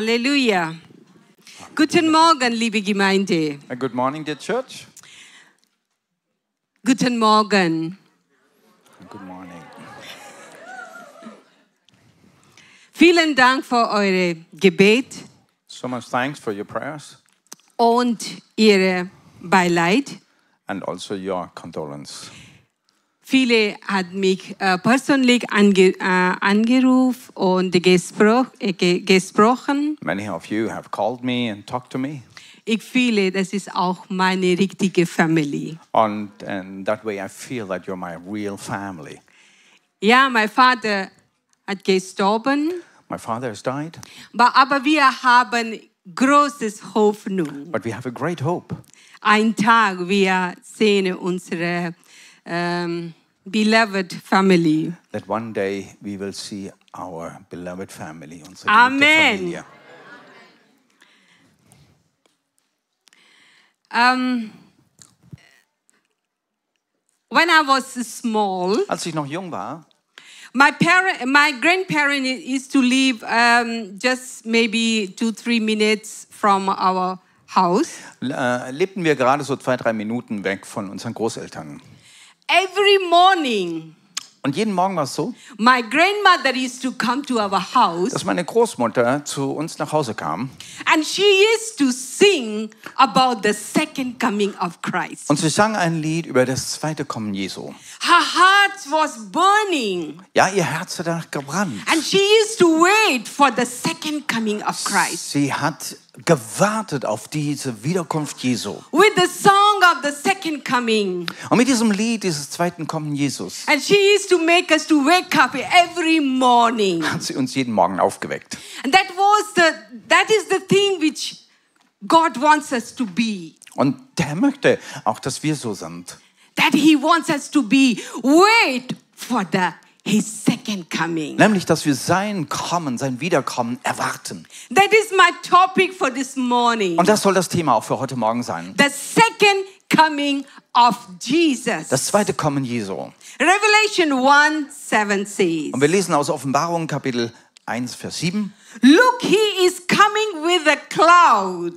Halleluja. Guten Morgen, liebe Gemeinde. Uh, good morning, dear church. Guten Morgen. Good morning. Vielen Dank für eure Gebet So much thanks for your prayers und Ihre Beileid. and also your condolence. Viele hat mich äh, persönlich ange, äh, angerufen und gespro äh, ge gesprochen. Many of you have called me and talked to me, Ich fühle, das ist auch meine richtige Familie. and, and that way I feel that you're my real family. Ja, mein Vater hat gestorben, My father has died, ba- aber wir haben großes Hoffnung. but we have a great hope. Ein Tag wir sehen unsere ähm, beloved Family. that one day we will see our beloved family. unsere geliebte Amen. Familie. Um, when I was small, Als ich noch jung war, my parent, my grandparent i- used to live um, just maybe two, three minutes from our house. l- äh, lebten wir gerade so zwei, drei Minuten weg von unseren Großeltern. Every morning, Und jeden Morgen war es so, my grandmother used to come to our house, dass meine Großmutter zu uns nach Hause kam and she used to sing about the second coming of Christ. und sie sang ein Lied über das zweite Kommen Jesu. Her heart was burning, Ja, ihr Herz hat danach gebrannt. and she used to wait for the second coming of Christ. Sie hat gewartet auf diese Wiederkunft Jesu. with the song of the second coming. Und mit diesem Lied dieses zweiten Kommen Jesus And she used to make us to wake up every morning. hat sie uns jeden Morgen aufgeweckt. And that was the that is the thing which God wants us to be. Und der möchte auch, dass wir so sind. That He wants us to be. Wait for the His second coming. Nämlich, dass wir sein Kommen, sein Wiederkommen erwarten. That is my topic for this morning. Und das soll das Thema auch für heute Morgen sein. The second coming of Jesus. Das zweite Kommen Jesu. Revelation 1 7 says. Und wir lesen aus Offenbarung Kapitel 1, Vers 7. Look, he is coming with a cloud,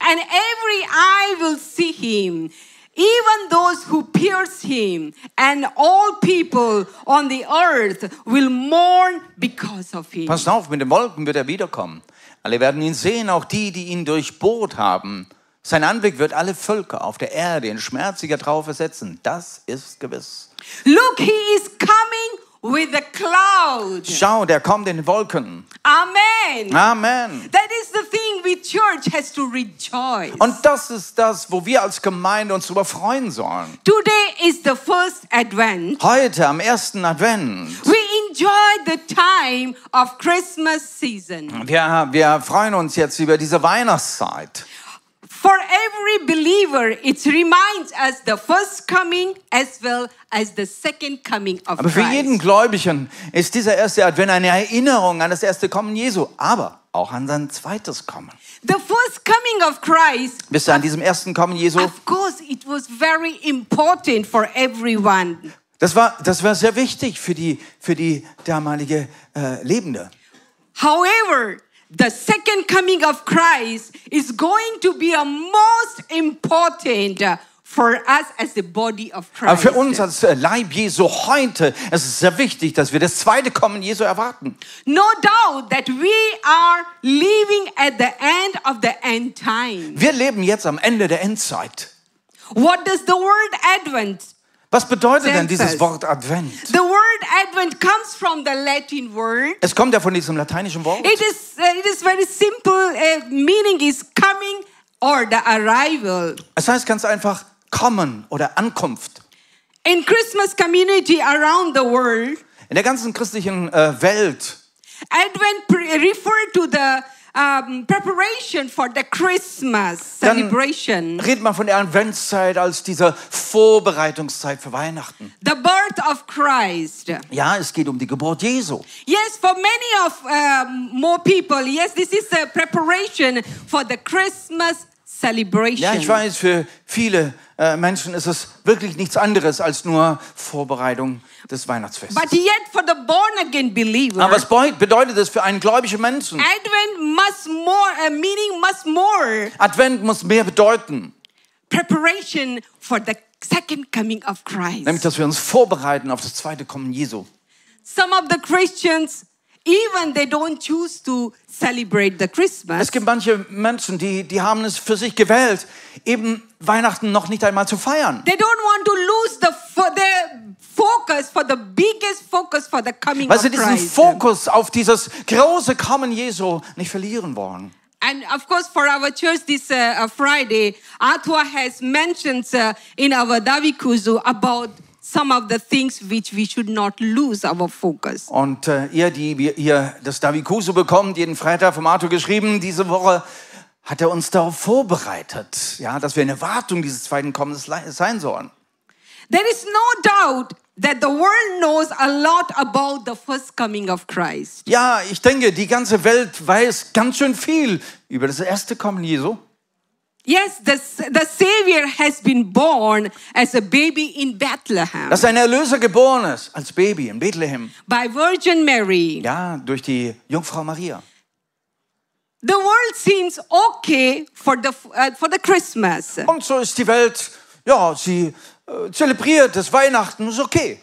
and every eye will see him, even those who pierce him, and all people on the earth will mourn because of him. Passt auf, mit den Wolken wird er wiederkommen. Alle werden ihn sehen, auch die, die ihn durchbohrt haben. Sein Anblick wird alle Völker auf der Erde in schmerziger Trauer versetzen. Das ist gewiss. Look, he is coming with a cloud. Schau, der kommt in den Wolken. Amen. Amen. That is the thing we church has to rejoice. Und das ist das, wo wir als Gemeinde uns darüber freuen sollen. Today is the first advent. Heute, am ersten Advent, We enjoy the time of Christmas season. Wir, wir freuen uns jetzt über diese Weihnachtszeit. For every believer, it reminds us the first coming as well as the second coming of Aber für jeden Christ. Gläubigen ist dieser erste Advent eine Erinnerung an das erste Kommen Jesu, aber auch an sein zweites Kommen. The first coming of Christ, Wisst ihr, an diesem ersten Kommen Jesu, of course, it was very important for everyone. das war, das war sehr wichtig für die, für die damalige äh, Lebende. However, the second coming of Christ is going to be a most important uh, for us as the body of Aber Christ. für uns als äh, Leib Jesu heute, es ist sehr wichtig, dass wir das zweite Kommen Jesu erwarten. no doubt that we are living at the end of the end time. Wir leben jetzt am Ende der Endzeit. What does the word Advent? Was bedeutet denn dieses Selbst. Wort Advent? The word Advent comes from the Latin word. Es kommt ja von diesem lateinischen Wort. It is uh, it is very simple. Uh, meaning is coming or the arrival. Es heißt ganz einfach kommen oder Ankunft. In Christmas community around the world, In der ganzen christlichen äh, Welt Advent pre- refer to the um, preparation for the Christmas Dann- celebration, redet man von der Adventszeit als dieser Vorbereitungszeit für Weihnachten. the birth of Christ. Ja, es geht um die Geburt Jesu. Yes, for many of um, more people, yes, this is a preparation for the Christmas celebration. Ja, ich weiß, für viele äh, Menschen ist es wirklich nichts anderes als nur Vorbereitung des Weihnachtsfestes. But yet, for the born again believer, Aber was beu- bedeutet es für einen gläubigen Menschen? Advent must more, uh, meaning must more Advent muss mehr bedeuten, preparation for the second coming of Christ. nämlich dass wir uns vorbereiten auf das zweite Kommen Jesu. Some of the Christians, even they don't choose to celebrate the Christmas. Es gibt manche Menschen, die, die haben es für sich gewählt, eben Weihnachten noch nicht einmal zu feiern. They don't want to lose the fo- their focus for the biggest focus for the coming Weil sie of diesen Christ. Fokus auf dieses große Kommen Jesu nicht verlieren wollen. And of course, for our church this uh, uh, Friday, Atwa has mentioned uh, in our Davikuzu about some of the things which we should not lose our focus. Und äh, ihr, die wir- ihr das Davikuso bekommt, jeden Freitag vom Arthur geschrieben, diese Woche hat er uns darauf vorbereitet, ja, dass wir in Erwartung dieses zweiten Kommens le- sein sollen. There is no doubt that the world knows a lot about the first coming of Christ. Ja, ich denke, die ganze Welt weiß ganz schön viel über das erste Kommen Jesu. Yes, the, the Savior has been born as a baby in Bethlehem Dass ein Erlöser geboren ist, als Baby in Bethlehem. by Virgin Mary. Ja, durch die Jungfrau Maria. The world seems okay for the, uh, for the Christmas. Und so ist die Welt, ja, sie äh, zelebriert das Weihnachten, ist okay.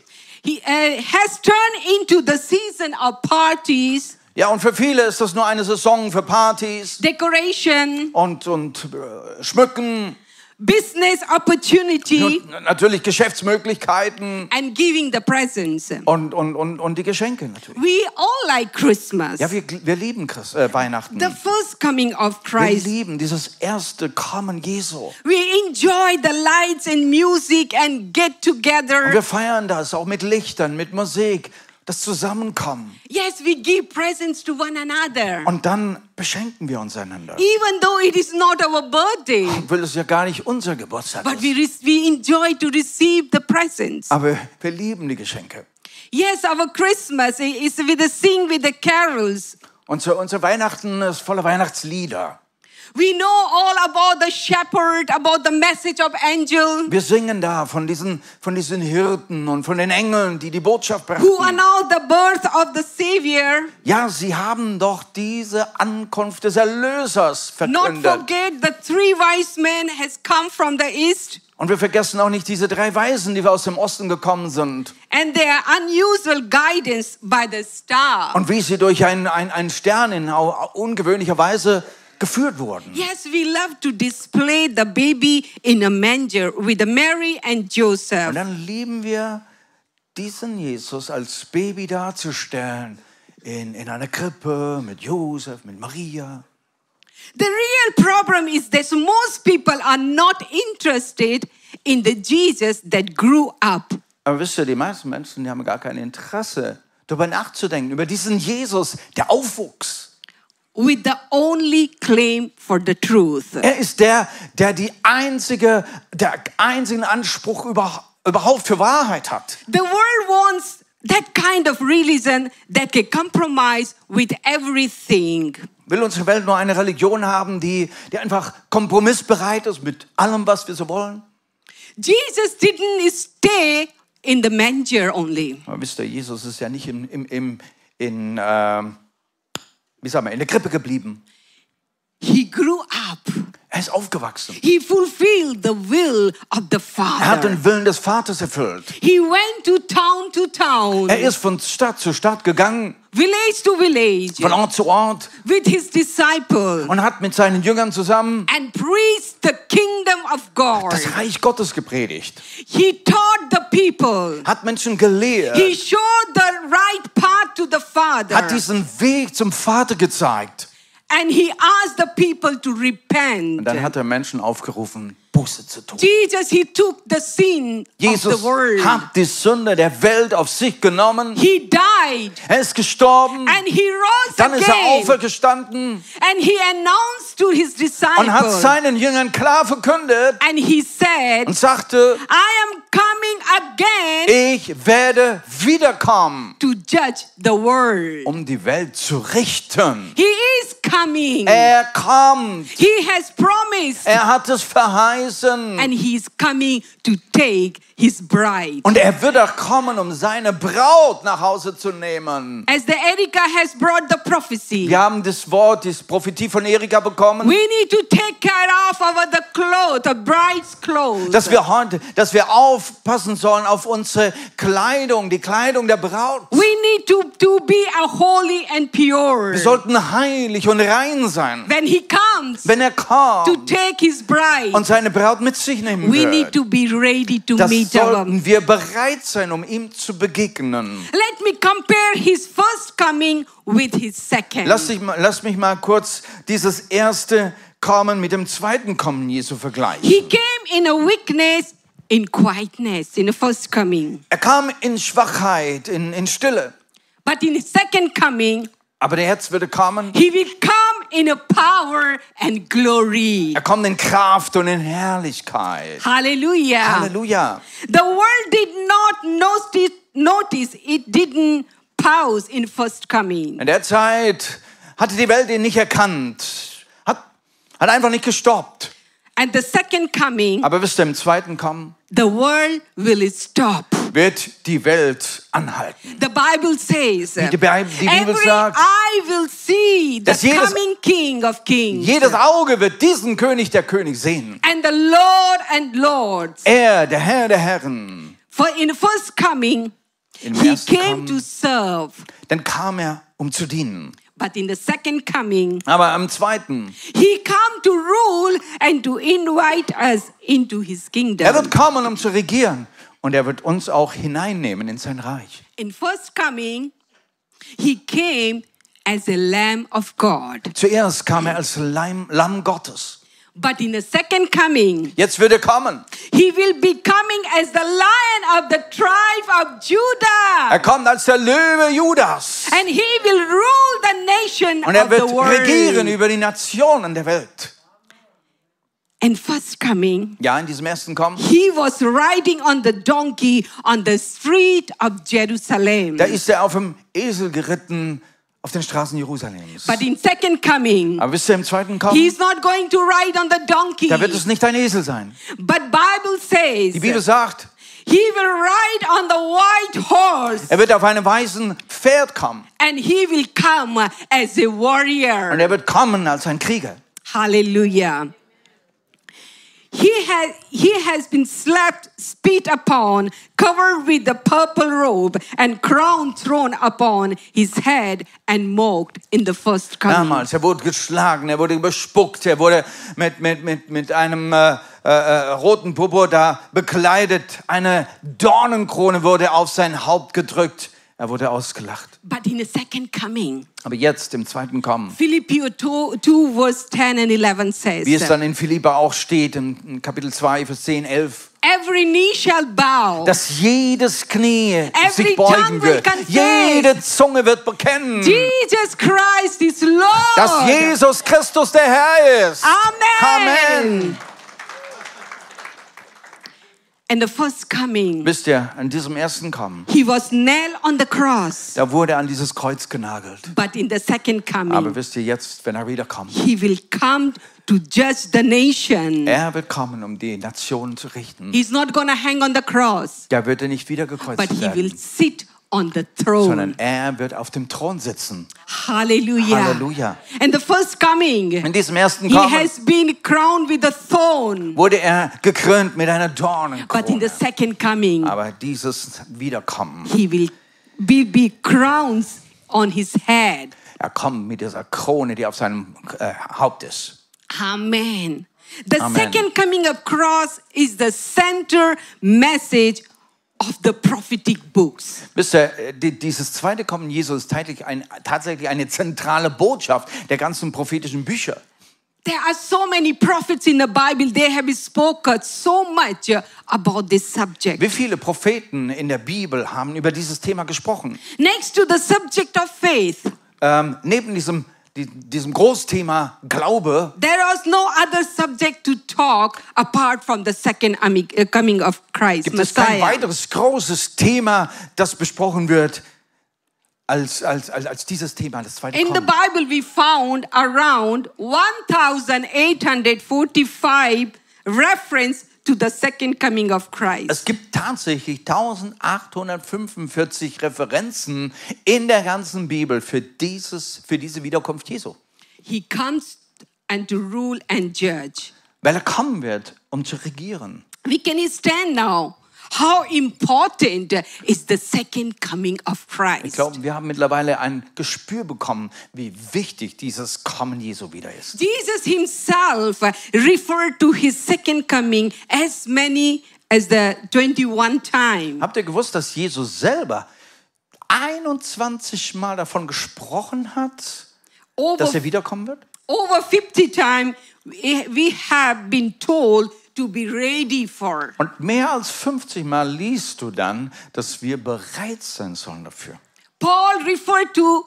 He uh, has turned into the season of parties, Ja, und für viele ist das nur eine Saison für Partys decoration, und, und äh, Schmücken, business opportunity, und natürlich Geschäftsmöglichkeiten and giving the presents. und, und, und, und die Geschenke natürlich. We all like Christmas. Ja, wir, wir lieben Christ, äh, Weihnachten. The first coming of Wir Christ. lieben dieses erste Kommen Jesu. We enjoy the lights and music and get Und together. wir feiern das auch mit Lichtern, mit Musik, das Zusammenkommen. Yes, we give presents to one another. Und dann beschenken wir uns einander. Even though it is not our birthday, Ich will es ja gar nicht unser Geburtstag but ist. we, re- we enjoy to receive the presents. Aber wir lieben die Geschenke. Yes, our Christmas i- is with the sing with the carols. Unser, unser Weihnachten ist voller Weihnachtslieder. We know all about the shepherd, about the message of angel Wir singen da von diesen, von diesen Hirten und von den Engeln, die die Botschaft who brachten. announced the birth of the Savior. Ja, sie haben doch diese Ankunft des Erlösers Not verkündet. forget the three wise men has come from the east. Und wir vergessen auch nicht diese drei Weisen, die wir aus dem Osten gekommen sind. and their unusual guidance by the star. Und wie sie durch einen, einen, einen Stern in au- ungewöhnlicher Weise geführt wurden. Yes, we love to display the baby in a manger with Mary and Und Joseph. dann lieben wir diesen Jesus als Baby darzustellen. In, in einer Krippe mit Josef, mit Maria. The real problem is that most people are not interested in the Jesus that grew up. Aber wisst ihr, die meisten Menschen, die haben gar kein Interesse, darüber nachzudenken, über diesen Jesus, der aufwuchs. With the only claim for the truth. Er ist der, der die einzige, der einzigen Anspruch über, überhaupt für Wahrheit hat. The world wants that kind of religion that can compromise with everything. Will unsere Welt nur eine Religion haben, die, die einfach kompromissbereit ist mit allem, was wir so wollen? Jesus didn't stay in the manger only. Aber wisst ihr, Jesus ist ja nicht im, im, im, in, ähm, wie sagen wir, in der Krippe geblieben. He grew up. Er ist aufgewachsen. He fulfilled the will of the Er hat Father. den Willen des Vaters erfüllt. He went to town to town, Er ist von Stadt zu Stadt gegangen, village to village von Ort zu Ort with his disciple und hat mit seinen Jüngern zusammen and preached the kingdom of God. das Reich Gottes gepredigt. He taught the people. Hat Menschen He gelehrt, showed the right path to the hat Father. diesen Weg zum Vater gezeigt. And he asked the people to Und repent. dann hat er Menschen aufgerufen, Buße zu tun. Jesus, he took the sin of Jesus the world. hat die Sünde der Welt auf sich genommen. He died Er ist gestorben. and he rose Dann ist er again. aufergestanden And he announced to his und hat disciples, seinen Jüngern klar verkündet and he said, und sagte, I am coming Eh. again ich werde wiederkommen, to judge the world. um die Welt zu richten. He is coming. Er kommt. He has promised Er hat es verheißen. and he is coming to take his bride. Und er wird auch kommen, um seine Braut nach Hause zu nehmen. As the Erika has brought the prophecy, Wir haben das Wort, die Prophetie von Erika bekommen, we need to take care of our the clothes, the bride's clothes. dass wir heute, dass wir aufpassen sollen auf unsere Kleidung, die Kleidung der Braut. we need to, to be a holy and pure. Wir sollten heilig und rein sein. when he comes Wenn er to kommt take his bride, und seine Braut mit sich nehmen we need wird, to be ready to das meet him. sollten wir bereit sein, um ihm zu begegnen. Let me compare his first coming with his second. Lass, dich, mal- lass mich mal kurz dieses erste Kommen mit dem zweiten Kommen Jesu vergleichen. He came in a weakness, in quietness, in the first coming. Er kam in Schwachheit, in, in Stille. But in his second coming, Aber der Herz würde kommen. he will come in a power and glory. Er kommt in Kraft und in Herrlichkeit. Hallelujah. Halleluja. The world did not notice, notice it didn't pause in first coming. In der Zeit hatte die Welt ihn nicht erkannt, hat, hat einfach nicht gestoppt. And the second coming, Aber wisst ihr, im zweiten Kommen the world will stop. wird die Welt anhalten. The Bible says, Die Bi- die Bibel every sagt, eye will see the dass jedes- coming King of Kings Jedes Auge wird diesen König der König sehen. and the Lord and Lords. Er, der Herr der Herren. For in first coming, Im he ersten came to Kommen. serve. Dann kam er, um zu dienen. But in the second coming, Aber am zweiten, he come to rule and to invite us into his er kingdom. wird kommen, um zu regieren. Und er wird uns auch hineinnehmen in sein Reich. In first coming, he came as a lamb of God. Zuerst kam er als Lamm, Lamm Gottes. But in the second coming, Jetzt wird er kommen. He will be coming as the lion of the tribe of Er Judah. kommt als der Löwe Judas. And he will rule the nation Und er of the wird regieren world. über die Nationen der Welt. And first coming, Ja, in diesem ersten Kommen, he was riding on the donkey on the street of Jerusalem. da ist er auf dem Esel geritten auf den Straßen Jerusalems. But in second coming, Aber wisst ihr, im zweiten he Kommen, is not going to ride on the donkey. da wird es nicht ein Esel sein. But Bible Die Bibel says sagt, he will ride on the white horse er wird auf einem weißen Pferd kommen. and he will come as a warrior. Und er wird kommen als ein Krieger. Hallelujah. He has, he has been slapped, spit upon, covered with the purple robe, and crown thrown upon his head and mocked in the first coming. Damals, er wurde geschlagen, er wurde überspuckt, er wurde mit, mit, mit, mit einem äh, äh, äh, roten Purpur da bekleidet. Eine Dornenkrone wurde auf sein Haupt gedrückt. Er wurde ausgelacht. But in the second coming, Aber jetzt, im zweiten Kommen, Philippians 2, 2 verse 10 and 11 wie es says, dann in Philippa auch steht, im in Kapitel 2, Vers 10, 11, Every knee shall bow, dass jedes Knie Oh. Every sich tongue beugen will wird. confess. Jede Zunge wird bekennen, Jesus Christ is Lord. dass Jesus Christus der Herr ist. Amen. Amen. And the first coming, Wisst ihr, an diesem ersten Kommen, he was nailed on the cross. da wurde er an dieses Kreuz genagelt. But in the second coming, Aber wisst ihr jetzt, wenn er wiederkommt, He will come to judge the nation. er wird kommen, um die Nationen zu richten. He's not going to hang on the cross, Da wird er nicht wieder but gekreuzigt he will werden, sit on the throne. sondern er wird auf dem Thron sitzen. Hallelujah. Hallelujah. And the first coming, In diesem ersten he Kommen has been crowned with a thorn. wurde er gekrönt mit But einer in the Dornenkrone. second coming, Aber dieses Wiederkommen, he will be, be crowns on his head. er kommt mit dieser Krone, die auf seinem äh, Haupt ist. Amen. The Amen. second coming of cross is the center message of the prophetic books. Wisst ihr, äh, die, dieses zweite Kommen Jesu ist tatsächlich, ein, tatsächlich eine zentrale Botschaft der ganzen prophetischen Bücher. There are so many prophets in the Bible. They have spoken so much uh, about this subject. Wie viele Propheten in der Bibel haben über dieses Thema gesprochen? Next to the subject of faith, ähm, neben diesem, die, diesem Großthema Glaube there is no other subject to talk apart from the second ami- uh, coming of Christ, gibt es kein Messiah. weiteres großes Thema, das besprochen wird, als, als, als, als dieses Thema, das zweite In the Kommen. Bible, we found around 1,845 reference to the second coming of Christ. Es gibt tatsächlich 1845 Referenzen in der ganzen Bibel für, dieses, für diese Wiederkunft Jesu. He comes and to rule and judge. Weil er kommen wird, um zu regieren. We can stand now. How important is the second coming of Ich Christ? glaube, wir haben mittlerweile ein Gespür bekommen, wie wichtig dieses Kommen Jesu wieder ist. Jesus himself referred to his second coming as many as the 21 time. Habt ihr gewusst, dass Jesus selber 21 Mal davon gesprochen hat, dass Over, er wiederkommen wird? over 50 times we we have been told to be ready for. Und mehr als 50 Mal liest du dann, dass wir bereit sein sollen dafür. Paul referred to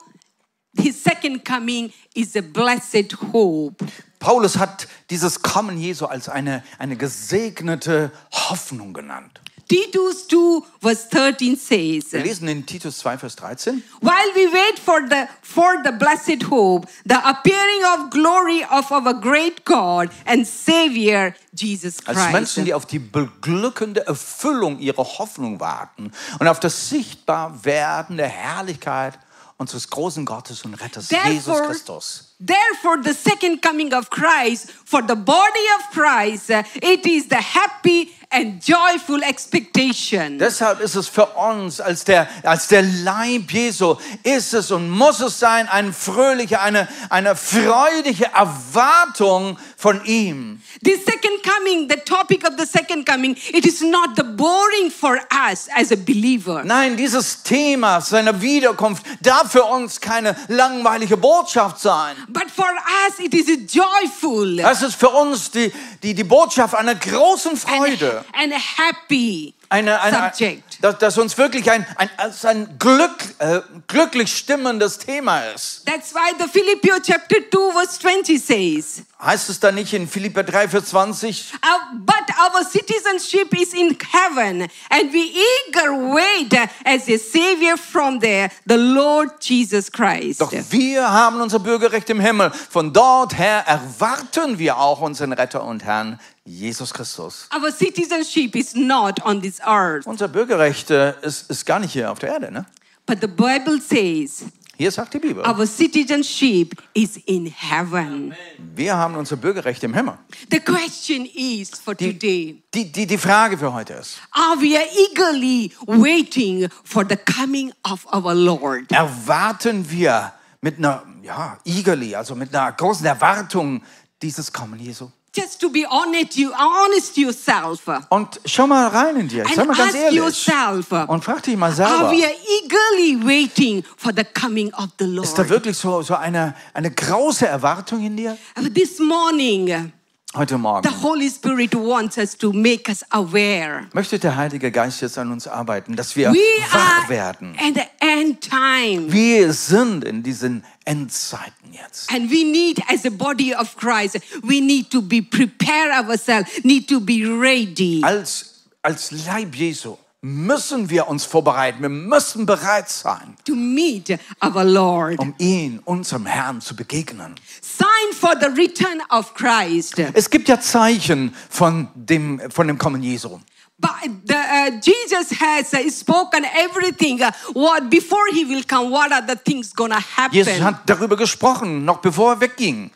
his second coming is a blessed hope. Paulus hat dieses Kommen Jesu als eine, eine gesegnete Hoffnung genannt. Titus 2 verse 13 says, Wir lesen in Titus 2, Vers 13. While we wait for the for the blessed hope, the appearing of glory of our great God and Savior Jesus Als Menschen, Christ. die auf die beglückende Erfüllung ihrer Hoffnung warten und auf das Sichtbarwerden der Herrlichkeit unseres großen Gottes und Retters Jesus Therefore, Christus. therefore, the second coming of Christ for the body of Christ, uh, it is the happy and joyful expectation. Deshalb ist es für uns als der, als der Leib Jesu, ist es und muss es sein, eine fröhliche, eine, eine freudige Erwartung von ihm. This second coming, the topic of the second coming, it is not the boring for us as a believer. Nein, dieses Thema seiner Wiederkunft darf für uns keine langweilige Botschaft sein. But for us, it is a joyful Das ist für uns die, die, die Botschaft einer großen Freude. and a happy Eine, eine, subject. Dass, dass uns wirklich ein, ein, als ein Glück, äh, glücklich stimmendes Thema ist. That's why the Philippians chapter 2 verse 20 says, Heißt es da nicht in Philippa 3, Vers 20? "Uh, But our citizenship is in heaven, and we eager wait as a savior from there, the Lord Jesus Christ. Doch wir haben unser Bürgerrecht im Himmel. Von dort her erwarten wir auch unseren Retter und Herrn Jesus Christus. Our citizenship is not on this earth. Unser Bürgerrecht äh, ist, ist gar nicht hier auf der Erde. Ne? But the Bible says, Hier sagt die Bibel. our citizenship is in heaven. Wir haben unser Bürgerrecht im Himmel. The question is for today, Die, die, die Frage für heute ist, are we eagerly waiting for the coming of our Lord? erwarten wir mit einer, ja, eagerly, also mit einer großen Erwartung dieses Kommen Jesu? just to be honest, you honest yourself and Und schau mal rein in dir, sei mal ganz ask ehrlich yourself, und frag dich mal are selber, we eagerly waiting for the coming of the Lord? ist da wirklich so, so eine, eine große Erwartung in dir? Uh, this morning, Heute the Morgen Holy Spirit wants us to make us aware. möchte der Heilige Geist jetzt an uns arbeiten, dass wir We wach are werden. at the end time. Wir sind in diesen Endzeiten jetzt. And we need, as a body of Christ, we need to be prepare ourselves, need to be ready. Als, als Leib Jesu müssen wir uns vorbereiten, wir müssen bereit sein. to meet our Lord. um ihn, unserem Herrn, zu begegnen. Sign for the return of Christ. Es gibt ja Zeichen von dem, von dem Kommen Jesu. But the, uh, Jesus has uh, spoken everything. uh, what before he will come? What are the things gonna happen? Jesus hat darüber gesprochen, noch bevor er wegging.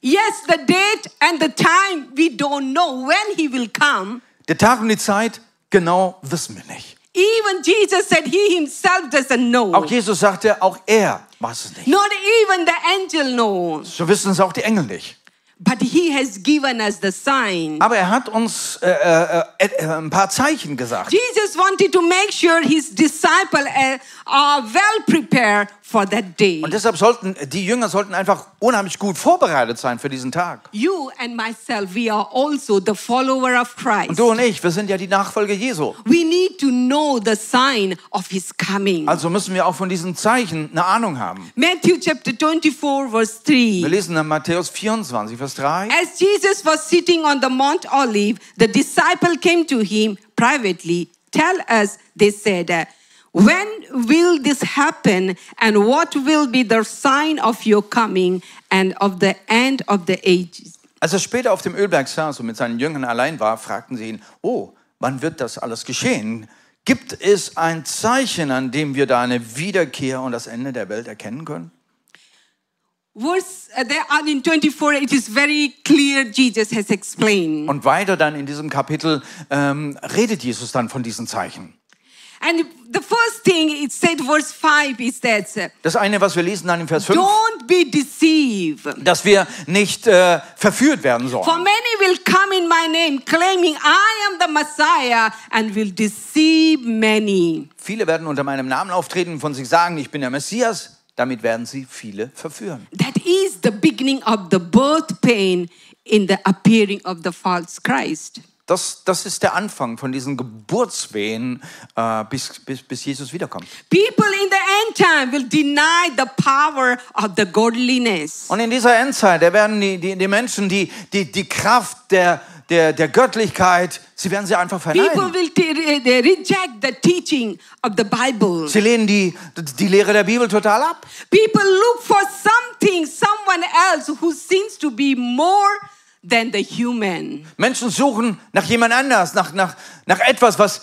yes, the date and the time we don't know when he will come. Der Tag und die Zeit, genau wissen wir nicht. Even Jesus said he himself doesn't know. Auch Jesus sagte, auch er weiß es nicht. Not even the angel knows. So wissen es auch die Engel nicht. But he has given us the sign. Aber er hat uns äh, äh, äh, äh, ein paar Zeichen gesagt. Jesus wanted to make sure his disciples uh, are well prepared for that day. Und deshalb sollten die Jünger sollten einfach unheimlich gut vorbereitet sein für diesen Tag. You and myself, we are also the follower of Christ. Und du und ich, wir sind ja die Nachfolger Jesu. We need to know the sign of his coming. Also müssen wir auch von diesen Zeichen eine Ahnung haben. Matthew chapter 24, verse Wir 3. lesen in Matthäus 24, Vers 3. As Jesus was sitting on the Mount Olive, the disciple came to him privately. Tell us, they said, When will this happen and what will be the sign of your coming and of the end of the ages? Als er später auf dem Ölberg saß und mit seinen Jüngern allein war, fragten sie ihn, oh, wann wird das alles geschehen? Gibt es ein Zeichen, an dem wir da eine Wiederkehr und das Ende der Welt erkennen können? Verse uh, there on in 24 it is very clear Jesus has explained. Und weiter dann in diesem Kapitel ähm, redet Jesus dann von diesen Zeichen. And the first thing it said verse 5 is that uh, Das eine, was wir lesen dann in Vers 5, don't be deceived. dass wir nicht äh, verführt werden For sollen. many will come in my name claiming I am the Messiah and will deceive many. Viele werden unter meinem Namen auftreten und von sich sagen, ich bin der Messias. Damit werden sie viele verführen. That is the beginning of the birth pain in the appearing of the false Christ. Das, das ist der Anfang von diesen Geburtswehen, äh, bis, bis, bis Jesus wiederkommt. People in the end time will deny the power of the godliness. Und in dieser Endzeit, da werden die, die, die Menschen, die, die, die Kraft der, der, der Göttlichkeit, sie werden sie einfach People verneinen. will te- they reject the teaching of the Bible. Sie lehnen die, die Lehre der Bibel total ab. People look for something, someone else who seems to be more than the human. Menschen suchen nach jemand anders, nach, nach, nach etwas, was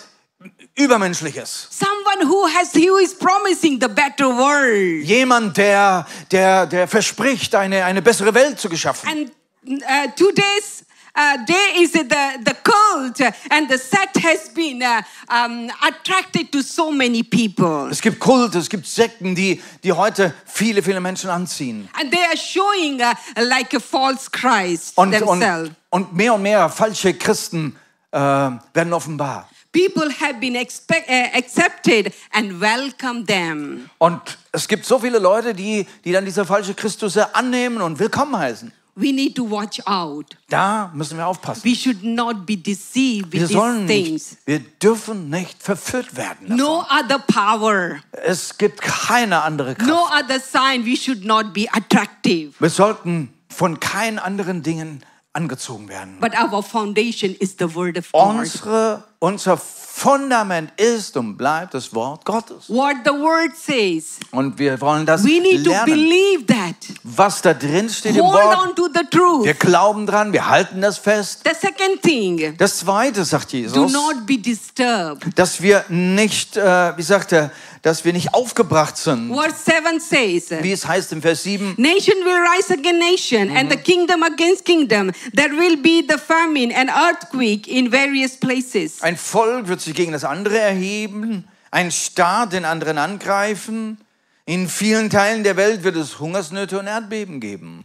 übermenschlich ist. Someone who has who is promising the better world. Jemand, der, der, der verspricht, eine, eine bessere Welt zu geschaffen. And uh, today's uh, day is the, the cult, and the sect has been uh, um, attracted to so many people. Es gibt Kulte, es gibt Sekten, die, die heute viele, viele Menschen anziehen. And they are showing uh, like a false Christ Und, themselves. und, und mehr und mehr falsche Christen äh, werden offenbar. People have been expect, uh, accepted and welcomed them. Und es gibt so viele Leute, die, die dann diese falsche Christus annehmen und willkommen heißen. We need to watch out. Da müssen wir aufpassen. We should not be deceived Wir with sollen these nicht, things. wir dürfen nicht verführt werden. davon. No other power, Es gibt keine andere Kraft. no other sign. We should not be attractive. Wir sollten von keinen anderen Dingen angezogen werden. But our foundation is the Word of God. Unsere, unser Fundament ist und bleibt das Wort Gottes. What the Word says. Und wir wollen das We need to lernen. believe that. Was da drin steht im Hold Wort, on to the wir truth. glauben dran, wir halten das fest. The second thing, Das Zweite, sagt do Jesus, not be disturbed. dass wir nicht, äh, wie sagt er, dass wir nicht aufgebracht sind. Verse 7 says, Wie es heißt im Vers 7, Nation will rise against nation, and the kingdom against kingdom. There will be the famine and earthquake in various places. ein Volk wird sich gegen das andere erheben, ein Staat den anderen angreifen. In vielen Teilen der Welt wird es Hungersnöte und Erdbeben geben.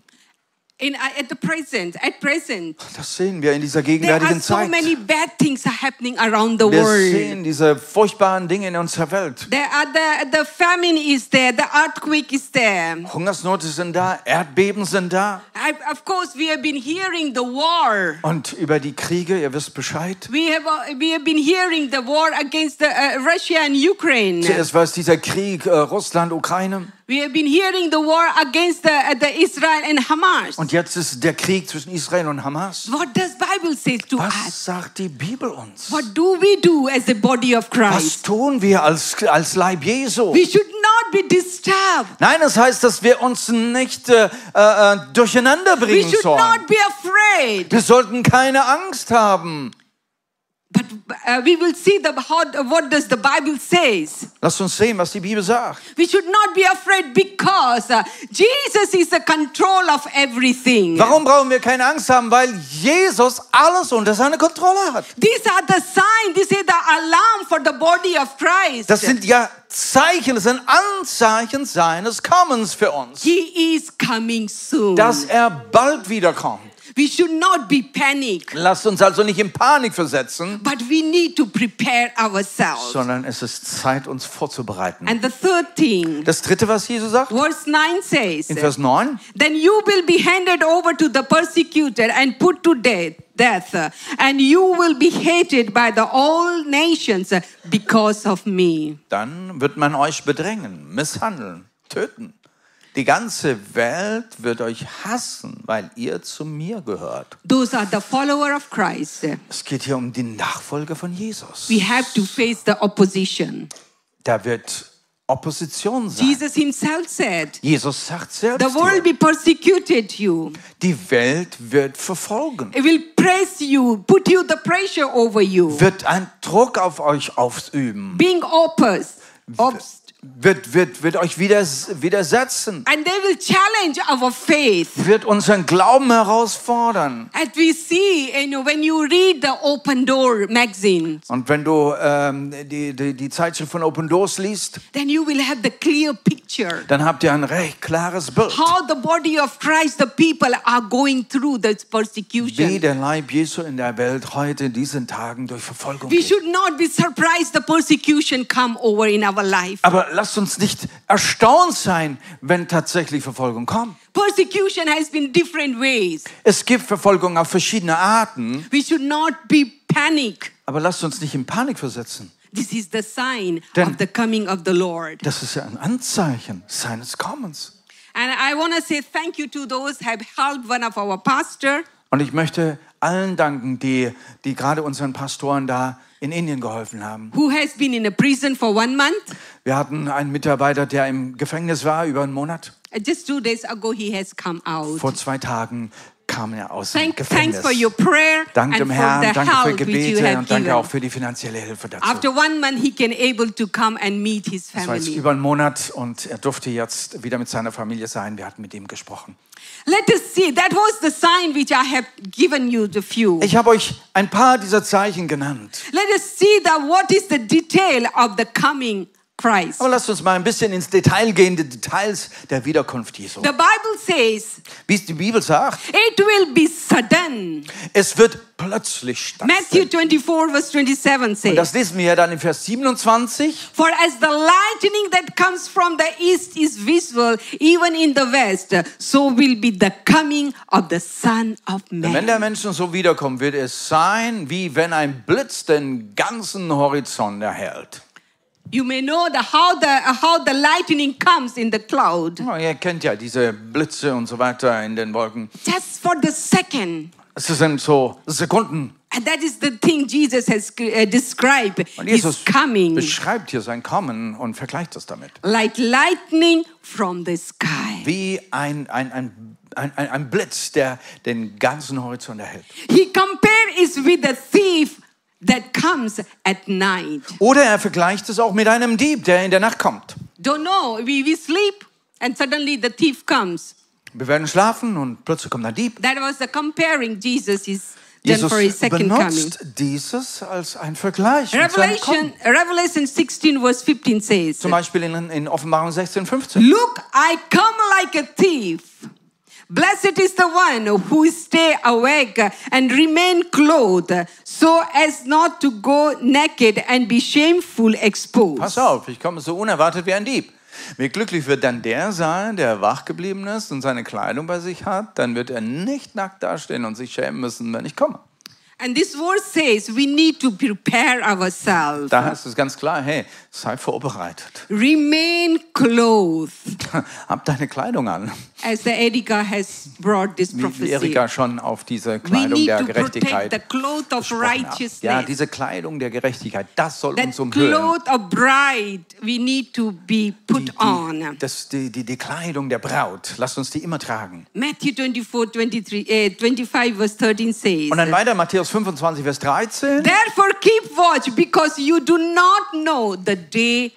In, uh, at the present, at present, Das sehen wir in dieser there are gegenwärtigen so Zeit. many bad things are happening around the Wir world. sehen diese furchtbaren Dinge in unserer Welt. There are the, the famine is there, the earthquake is there. Hungersnöte sind da, Erdbeben sind da. I, of course, we have been hearing the war. Und über die Kriege, ihr wisst Bescheid. We have, uh, we have been hearing the war against the, uh, Russia and Ukraine. Zuerst war es dieser Krieg äh, Russland, Ukraine. We have been hearing the war against the, uh, the Israel and Hamas. Und jetzt ist der Krieg zwischen Israel und Hamas. what does Bible say to us? Was sagt die Bibel uns? What do we do as a body of Was Christ? tun wir als, als Leib Jesu? We should not be disturbed. Nein, das heißt, dass wir uns nicht äh, äh, durcheinander We bringen should sollen. not be afraid. Wir sollten keine Angst haben. But uh, we will see the, how, what does the Bible says. Lasst uns sehen, was die Bibel sagt. We should not be afraid because uh, Jesus is the control of everything. Warum brauchen wir keine Angst haben? Weil Jesus alles unter seine Kontrolle hat. These are the signs. These are the alarm for the body of Christ. Das sind ja Zeichen, das sind Anzeichen seines Kommens für uns. he is coming soon. Dass er bald wiederkommt. we should not be panicked, Lasst uns also nicht in Panik versetzen, but we need to prepare ourselves. sondern es ist Zeit, uns vorzubereiten. and the third thing, Das dritte, was Jesus sagt, verse 9 says, in Vers 9, Then you will be handed over to the persecutor and put to death. Death, and you will be hated by the all nations because of me. dann wird man euch bedrängen, misshandeln, töten. Die ganze Welt wird euch hassen, weil ihr zu mir gehört. Those are the follower of Christ. Es geht hier um die Nachfolge von Jesus. We have to face the opposition. Da wird Opposition sein. Jesus himself said, Jesus sagt selbst, The world hier, will persecute you. die Welt wird verfolgen, It will press you, put you the pressure over you. wird einen Druck auf euch ausüben, Being opposed. obst- wird, wird, wird euch widers, widersetzen, And they will challenge our faith. wird unseren Glauben herausfordern. As we see, you know, when you read the Open Door magazine, Und wenn du ähm, die, die, die Zeitschrift von Open Doors liest, then you will have the clear picture dann habt ihr ein recht klares Bild, how the body of Christ, the people are going through this wie persecution. der Leib Jesu in der Welt heute in diesen Tagen durch Verfolgung We geht. should not be surprised the persecution come over in our life. Aber lasst uns nicht erstaunt sein, wenn tatsächlich Verfolgung kommt. Persecution has been different ways. Es gibt Verfolgung auf verschiedene Arten, We should not be panic. aber lasst uns nicht in Panik versetzen. This is the sign Then- of the coming of the Lord. Das ist ja ein Anzeichen seines Kommens. And I want to say thank you to those who have helped one of our pastor. Und ich möchte allen danken, die, die gerade unseren Pastoren da in Indien geholfen haben. who has been in a prison for one month. Wir hatten einen Mitarbeiter, der im Gefängnis war über einen Monat. Uh, Just two days ago, he has come out. Vor zwei Tagen kam er aus Thank, dem Gefängnis. thanks for your prayer Dank and dem for Herrn, the danke für help which you Gebete have und danke auch given. für die finanzielle Hilfe dazu. After one month, he can able to come and meet his Es war jetzt family. über einen Monat und er durfte jetzt wieder mit seiner Familie sein. Wir hatten mit ihm gesprochen. Let us see. That was the sign which I have given you the few. Ich habe euch ein paar dieser Zeichen genannt. Let us see that what is the detail of the coming Christ. Aber lasst uns mal ein bisschen ins Detail gehen, die Details der Wiederkunft Jesu. The Bible says Wie es die Bibel sagt, it will be sudden. es wird plötzlich Matthew stattfinden. 24 verse 27 Und says. das lesen wir ja dann in Vers 27. For as the lightning that comes from the east is visible even in the west, so will be the coming of the Son of Denn wenn der Man. Mensch so wiederkommt, wird es sein, wie wenn ein Blitz den ganzen Horizont erhält. You may know the, how, the, uh, how the lightning comes in the cloud. Ja, ihr kennt ja diese Blitze und so weiter in den Wolken. Just for the second. Es sind so Sekunden, And that is the thing Jesus has uh, described. Und His Jesus coming beschreibt hier sein Kommen und vergleicht es damit. like lightning from the sky. Wie ein, ein, ein, ein, ein- ein Blitz, der den ganzen Horizont erhält. He compared it with a thief that comes at night. Oder er vergleicht es auch mit einem Dieb, der in der Nacht kommt. Don't know, we, we sleep and suddenly the thief comes. Wir werden schlafen und plötzlich kommt ein Dieb. That was the comparing Jesus is then Jesus for his second coming. benutzt dieses als ein Vergleich. mit seinem Revelation, Kommen. Revelation 16 verse 15 says, Zum Beispiel in, in Offenbarung 16, 15. Look, I come like a thief. Blessed is the one who stay awake and remain clothed so as not to go naked and be shameful Pass exposed. auf, ich komme so unerwartet wie ein Dieb. Wie glücklich wird dann der sein, der wach geblieben ist und seine Kleidung bei sich hat, dann wird er nicht nackt dastehen und sich schämen müssen, wenn ich komme. And this verse says we need to prepare ourselves. Da heißt es ganz klar, hey, sei vorbereitet. Remain clothed Hab deine Kleidung an. as the Erika has brought this Wie, wie prophecy. Erika schon auf diese We Kleidung need der to protect the Gerechtigkeit cloth of gesprochen hat. Ja, righteousness. diese Kleidung der Gerechtigkeit, das soll That uns umhüllen. cloth of bride we need to be Die, put die, on. das, die, die, die Kleidung der Braut, lasst uns die immer tragen. Matthew 24, 23, eh, 25 verse 13 says, Und dann weiter, Matthäus 25, Vers 13. Therefore keep watch because you do not know the day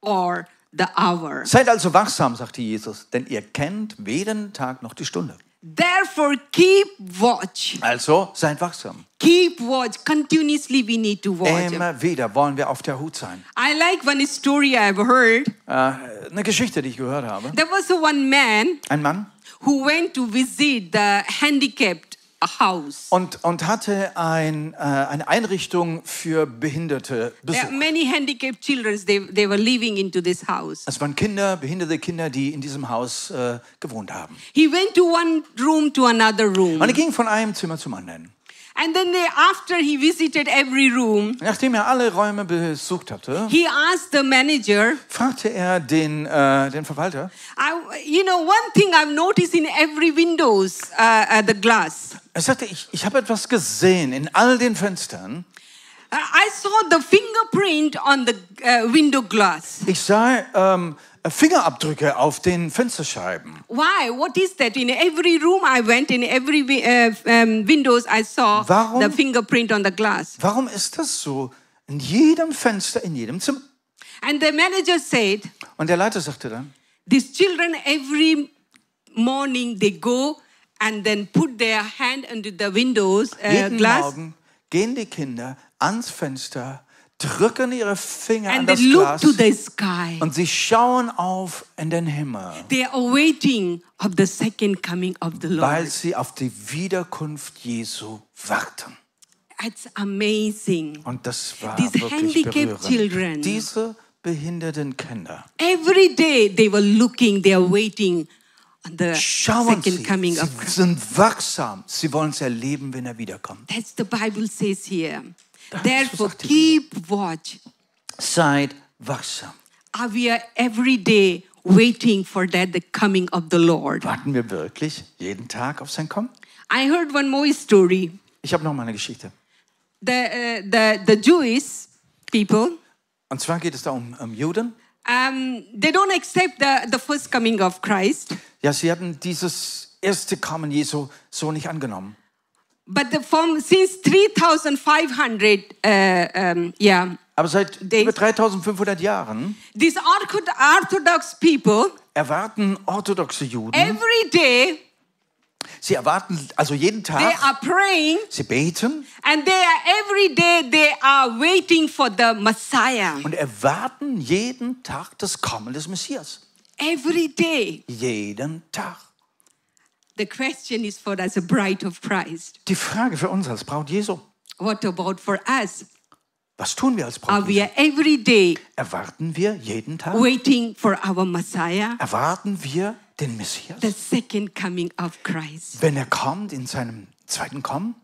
or the hour. Seid also wachsam, sagte Jesus, denn ihr kennt weder den Tag noch die Stunde. Therefore keep watch. Also seid wachsam. Keep watch. Continuously we need to watch. Immer wieder wollen wir auf der Hut sein. I like one story I've heard. Äh, eine Geschichte, die ich gehört habe. There was a one man Ein Mann, who went to visit the handicapped house. und, und hatte ein, äh, eine Einrichtung für Behinderte There are besucht. many handicapped children, they, they were living into this house. Es waren Kinder, behinderte Kinder, die in diesem Haus äh, gewohnt haben. He went to one room to another room. Und er ging von einem Zimmer zum anderen. And then they, after he visited every room, Nachdem er alle Räume besucht hatte, he asked the manager, fragte er den, äh, den Verwalter, I, you know, one thing I've noticed in every windows, uh, uh, the glass. er sagte, ich, ich habe etwas gesehen in all den Fenstern. Uh, I saw the fingerprint on the uh, window glass. Ich sah ähm, Fingerabdrücke auf den Fensterscheiben. Why? What is that? In every room I went, in every wi- uh, um, windows I saw Warum? the fingerprint on the glass. Warum ist das so? In jedem Fenster, in jedem Zimmer. And the manager said, Und der Leiter sagte dann, these children every morning they go and then put their hand under the windows uh, jeden glass Morgen gehen die Kinder ans Fenster, drücken ihre Finger an and they das look Glas to the sky. und sie schauen auf in den Himmel, They are awaiting of the second coming of the Lord. weil sie auf die Wiederkunft Jesu warten. It's amazing. Und das war These wirklich handicapped children. berührend. Diese behinderten Kinder Every day they were looking, they are waiting on the schauen second sie, coming of sie Christ. sind wachsam, sie wollen es erleben, wenn er wiederkommt. That's the Bible says here. Therefore, sagt die keep watch. Seid wachsam. Are we are every day waiting for that the coming of the Lord? Warten wir wirklich jeden Tag auf sein Kommen? I heard one more story. Ich habe noch mal eine Geschichte. The uh, the the Jewish people Und zwar geht es da um, um Juden. um, they don't accept the, the first coming of Christ, Ja, sie hatten dieses erste Kommen Jesu so nicht angenommen. but the from since 3,500 uh, um, yeah Aber seit Days. über 3500 Jahren these ortho- Orthodox people erwarten orthodoxe Juden, every day sie erwarten also jeden they Tag, are praying sie beten and they are every day they are waiting for the Messiah und erwarten jeden Tag das Kommen des Messias. every day. Jeden Tag. The question is for us, a bride of Christ. Die Frage für uns als Braut Jesu, What about for us? was tun wir als Are Braut we Jesu? every day Erwarten wir jeden Tag? waiting for our Messiah, Erwarten wir den Messias? the second coming of Christ. Wenn er kommt in seinem zweiten Kommen?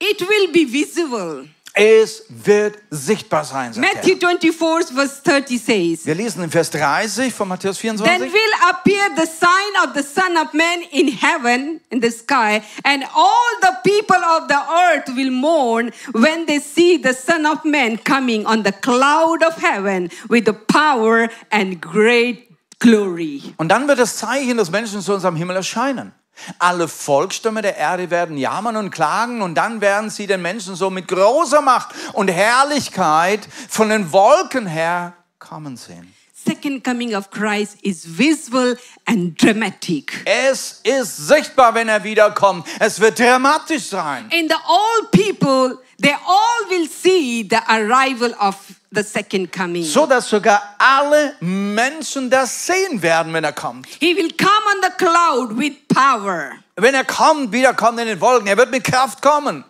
It will be visible. Es wird sichtbar sein, sagt er. Matthew 24, verse 30 says, Wir lesen in Vers 30 von Matthäus Then 24. will appear the sign of the Son of Man in heaven, in the sky, and all the people of the earth will mourn when they see the Son of Man coming on the cloud of heaven with the power and great glory. Und dann wird das Zeichen des Menschen zu uns am Himmel erscheinen. Alle Volksstämme der Erde werden jammern und klagen und dann werden sie den Menschen so mit großer Macht und Herrlichkeit von den Wolken her kommen sehen. Second coming of Christ is visible and dramatic. Es ist sichtbar, wenn er wiederkommt. Es wird dramatisch sein. And the all people, they all will see the arrival of the second coming. So dass sogar alle Menschen das sehen werden, wenn er kommt. he will come on the cloud with power. Wenn er kommt, wiederkommt in den Wolken. Er wird mit Kraft kommen.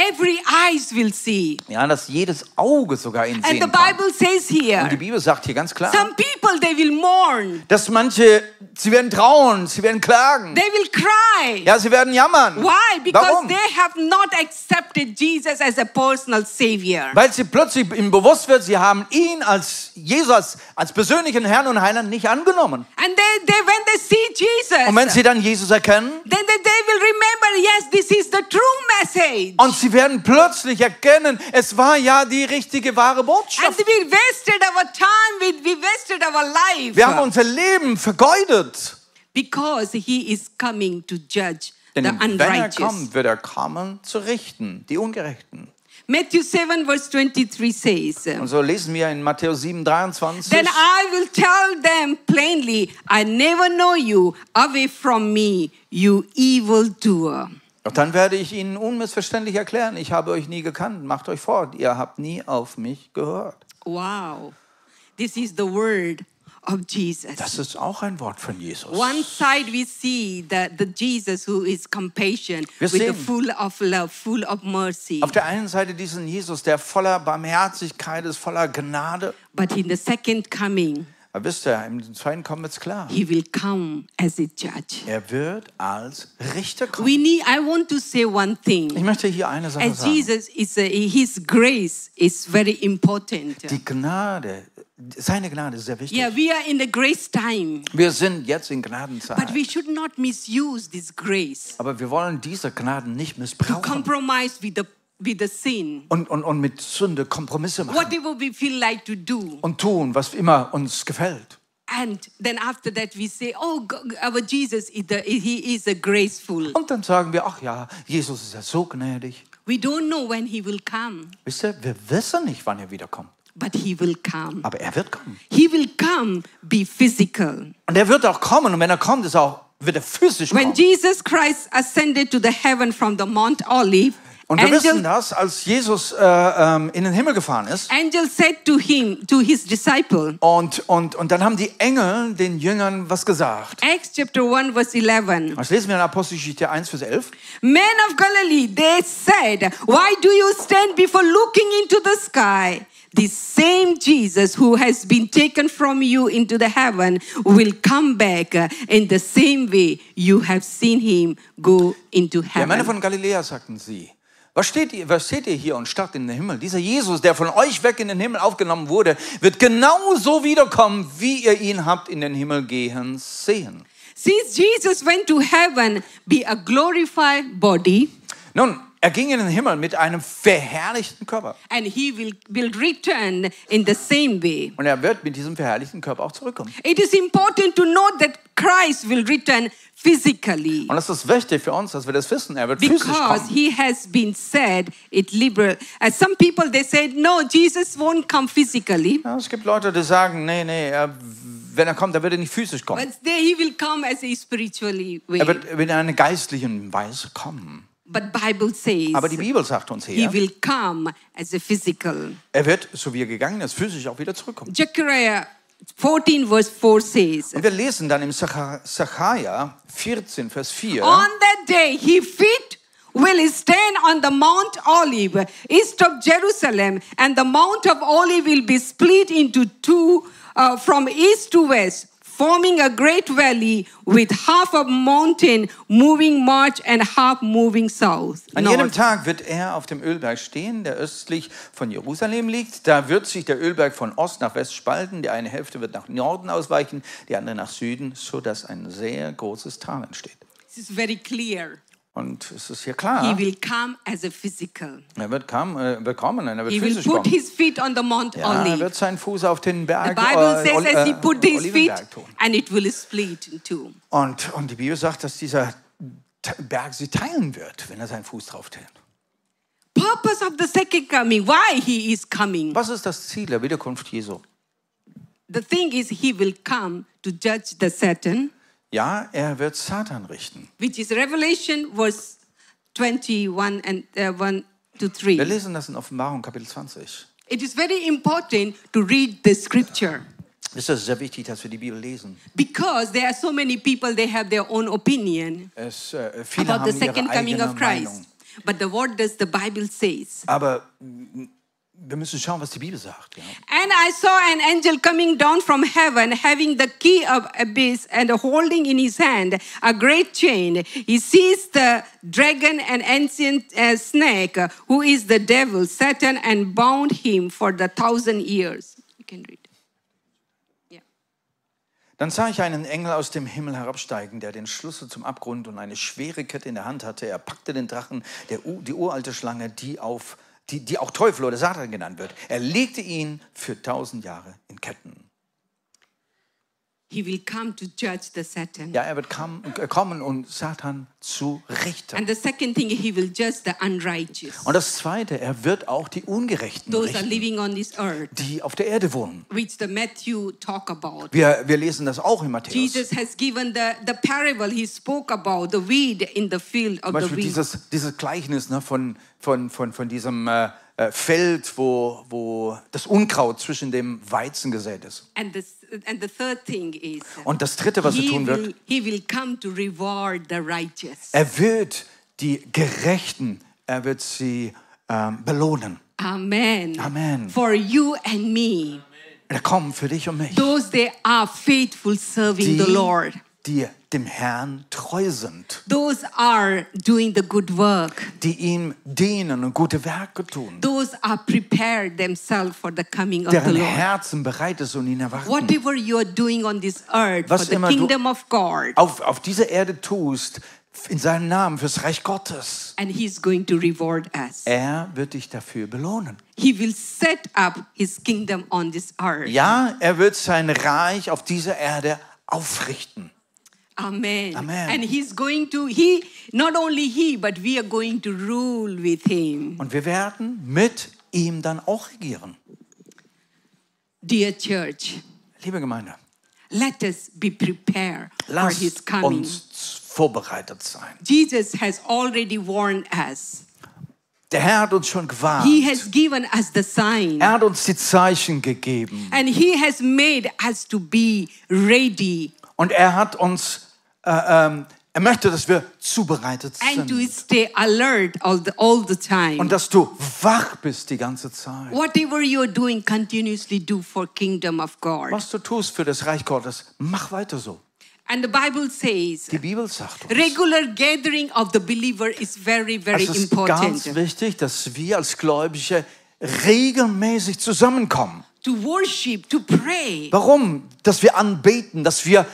Every eyes will see. Ja, dass jedes Auge sogar ihn And sehen the kann. Bible says Und die here, Bibel sagt hier ganz klar, some people they will mourn, dass manche, sie werden trauen, sie werden klagen. they will cry. Ja, sie werden jammern. Why? Because Warum? they have not accepted Jesus as a personal savior. Weil sie plötzlich ihm bewusst wird, sie haben ihn als Jesus, als persönlichen Herrn und Heiland nicht angenommen. And they, they when they see Und wenn Jesus, sie dann Jesus erkennen then they, they will remember, yes, this is the true message. und sie werden plötzlich erkennen, es war ja die richtige, wahre And Botschaft. we wasted our time, we, we wasted our life. Wir haben unser Leben vergeudet. because he is coming to judge Denn the wenn er unrighteous. kommt, wird er kommen zu richten, die Ungerechten. Matthew 7, verse 23 says, Und so lesen wir in Matthäus 7, 23. Then I will tell them plainly, I never know you. Away from me, you evildoer. Doch dann werde ich ihnen unmissverständlich erklären, ich habe euch nie gekannt, macht euch fort, ihr habt nie auf mich gehört. Wow. This is the word of Jesus. Das ist auch ein Wort von Jesus. One side we see the, the Jesus who is compassion, with Wir the sehen- full of love, full of mercy. Auf der einen Seite diesen Jesus, der voller Barmherzigkeit ist, voller Gnade. But in the second coming, Aber wisst ihr, im Zweiten kommt es klar. he will come as a judge. Er wird als Richter kommen. We need, I want to say one Ich thing. möchte hier eine Sache As sagen. Jesus is, a, his grace is very important. Die Gnade, seine Gnade ist sehr wichtig. Yeah, we are in the grace time, Wir sind jetzt in but Gnadenzeit. we should not misuse this grace Aber wir wollen diese Gnaden nicht to missbrauchen. compromise with the with the sin, und, und, und mit Sünde Kompromisse machen whatever we feel like to do. und tun, was immer uns gefällt. And then after that, we say, Oh, G- our Jesus, is the- he is a graceful. Und dann sagen wir, ach ja, Jesus ist ja so gnädig. We don't know when he will come, Wisst ihr, wir wissen nicht, wann er wiederkommt, but he will come. aber er wird kommen. He will come, be physical. Und er wird auch kommen und wenn er kommt, ist er auch, wird er physisch When kommen. Jesus Christ ascended to the heaven from the Mount Olive, Und wir wissen angel, das, als Jesus äh, ähm, in den Himmel gefahren ist. angel said to him, to his disciple, Und, und, und dann haben die Engel den Jüngern was gesagt. Acts chapter 1, verse 11. Das lesen wir in Apostelgeschichte 1, Vers 11. Men of Galilee, they said, Why do you stand before looking into the sky? The same Jesus who has been taken from you into the heaven will come back uh, in the same way you have seen him go into Der Männer heaven. von Galiläa sagten sie. Was steht, ihr, was steht ihr hier und starrt in den Himmel? Dieser Jesus, der von euch weg in den Himmel aufgenommen wurde, wird genauso wiederkommen, wie ihr ihn habt in den Himmel gehen sehen. Since Jesus went to heaven, be a glorified body, Nun, er ging in den Himmel mit einem verherrlichten Körper. and he will, will return in the same way. Und er wird mit diesem verherrlichten Körper auch zurückkommen. It is important to note that Christ will return physically. Und das ist wichtig für uns, dass wir das wissen. Er wird physisch because kommen. he has been said it liberal as some people they said no jesus won't come physically Ja, es gibt Leute, die sagen, nee, nee, er, wenn er kommt, dann wird er nicht physisch kommen. but there he will come as a spiritually way Er wird in einer geistlichen Weise kommen. Ah, but bible says Aber die Bibel sagt uns he hier, will come as a physical Er wird, so wie er gegangen ist, physisch auch wieder zurückkommen. zechariah 14 verse 4 says Und wir lesen dann im Sacha- Sacharja 14, Vers 4. on that day he feet will stand on the mount olive east of jerusalem and the mount of olive will be split into two uh, from east to west forming a great valley with half of mountain moving march and half moving south An north. jedem Tag wird er auf dem Ölberg stehen, der östlich von Jerusalem liegt. Da wird sich der Ölberg von Ost nach West spalten. Die eine Hälfte wird nach Norden ausweichen, die andere nach Süden, sodass ein sehr großes Tal entsteht. this is very clear Und es ist hier he klar, will come as a physical er wird kam, äh, wird kommen, und er wird he will physisch put kommen. his feet on the mount Ja, er olive wird seinen Fuß auf den the Berg bible äh, says Oli- as he äh, put his feet Olivenberg tun. and it will split in two Und, und die Bibel sagt, dass dieser Te- Berg sie teilen wird, wenn er seinen Fuß drauf teilt. purpose of the second coming, why he is coming. Was ist das Ziel der Wiederkunft Jesu? The thing is, he will come to judge the Satan, Ja, er wird Satan richten. which is Revelation verse 21 and uh, 1 to Wir 3. lesen das in Offenbarung Kapitel 20. It is very important to read the scripture Es ist sehr wichtig, dass wir die Bibel lesen. because there are so many people, they have their own opinion Es, äh, viele about the haben ihre second coming eigene of Christ. Meinung. But the what does the Bible says? Aber mm, wir müssen schauen, was die Bibel sagt. Ja. And I saw an angel coming down from heaven, having the key of abyss and holding in his hand a great chain. He seized the dragon and ancient uh, snake, uh, who is the devil, Satan, and bound him for the thousand years. You can read. Yeah. Dann sah ich einen Engel aus dem Himmel herabsteigen, der den Schlüssel zum Abgrund und eine schwere Kette in der Hand hatte. Er packte den Drachen, der, U- die uralte Schlange, die, auf, die, die auch Teufel oder Satan genannt wird. Er legte ihn für tausend Jahre in Ketten. He will come to judge the Satan. Ja, er wird kam, äh, kommen und Satan zu richten. And the second thing, he will judge the unrighteous, Und das Zweite, er wird auch die Ungerechten those are richten, living on this earth, die auf der Erde wohnen. which the Matthew talk about. Wir, wir lesen das auch in Matthäus. Jesus has given the, the parable he spoke about, the weed in the field of the Zum Beispiel wheat. dieses, dieses Gleichnis ne, von, von, von, von diesem äh, äh, Feld, wo, wo das Unkraut zwischen dem Weizen gesät ist. And the, and the third thing is, Und das Dritte, was er he tun will, wird, he will come to reward the righteous. er wird die Gerechten, er wird sie ähm, belohnen. Amen. Amen. For you and me, Er kommt für dich und mich, those that are faithful serving the die, Lord, die dem Herrn treu sind, those are doing the good work, die ihm dienen und gute Werke tun, those are prepared themselves for the coming of the deren Lord. Herzen bereit ist und ihn erwarten. Whatever you are doing on this earth Was for the immer du- kingdom of God, Auf, auf dieser Erde tust, in seinem Namen fürs Reich Gottes. and he's going to reward us. Er wird dich dafür belohnen. He will set up his kingdom on this earth. Ja, er wird sein Reich auf dieser Erde aufrichten. Amen. Amen. And he's going to, he, not only he, but we are going to rule with him. Und wir werden mit ihm dann auch regieren. Dear church, Liebe Gemeinde, let us be prepared for his lasst coming. uns vorbereitet sein. Jesus has already warned us. Der Herr hat uns schon gewarnt. He has given us the sign. Er hat uns die Zeichen gegeben. And he has made us to be ready Und er hat uns, äh, ähm, er möchte, dass wir zubereitet and to sind. stay alert all the, all the time. Und dass du wach bist die ganze Zeit. Whatever you're doing, continuously do for kingdom of God. Was du tust für das Reich Gottes, mach weiter so. And the Bible says, Die Bibel sagt uns, regular gathering of the believer is very, very Also es ist ganz important. wichtig, dass wir als Gläubige regelmäßig zusammenkommen. To worship, to pray, Warum? Dass wir anbeten, dass wir,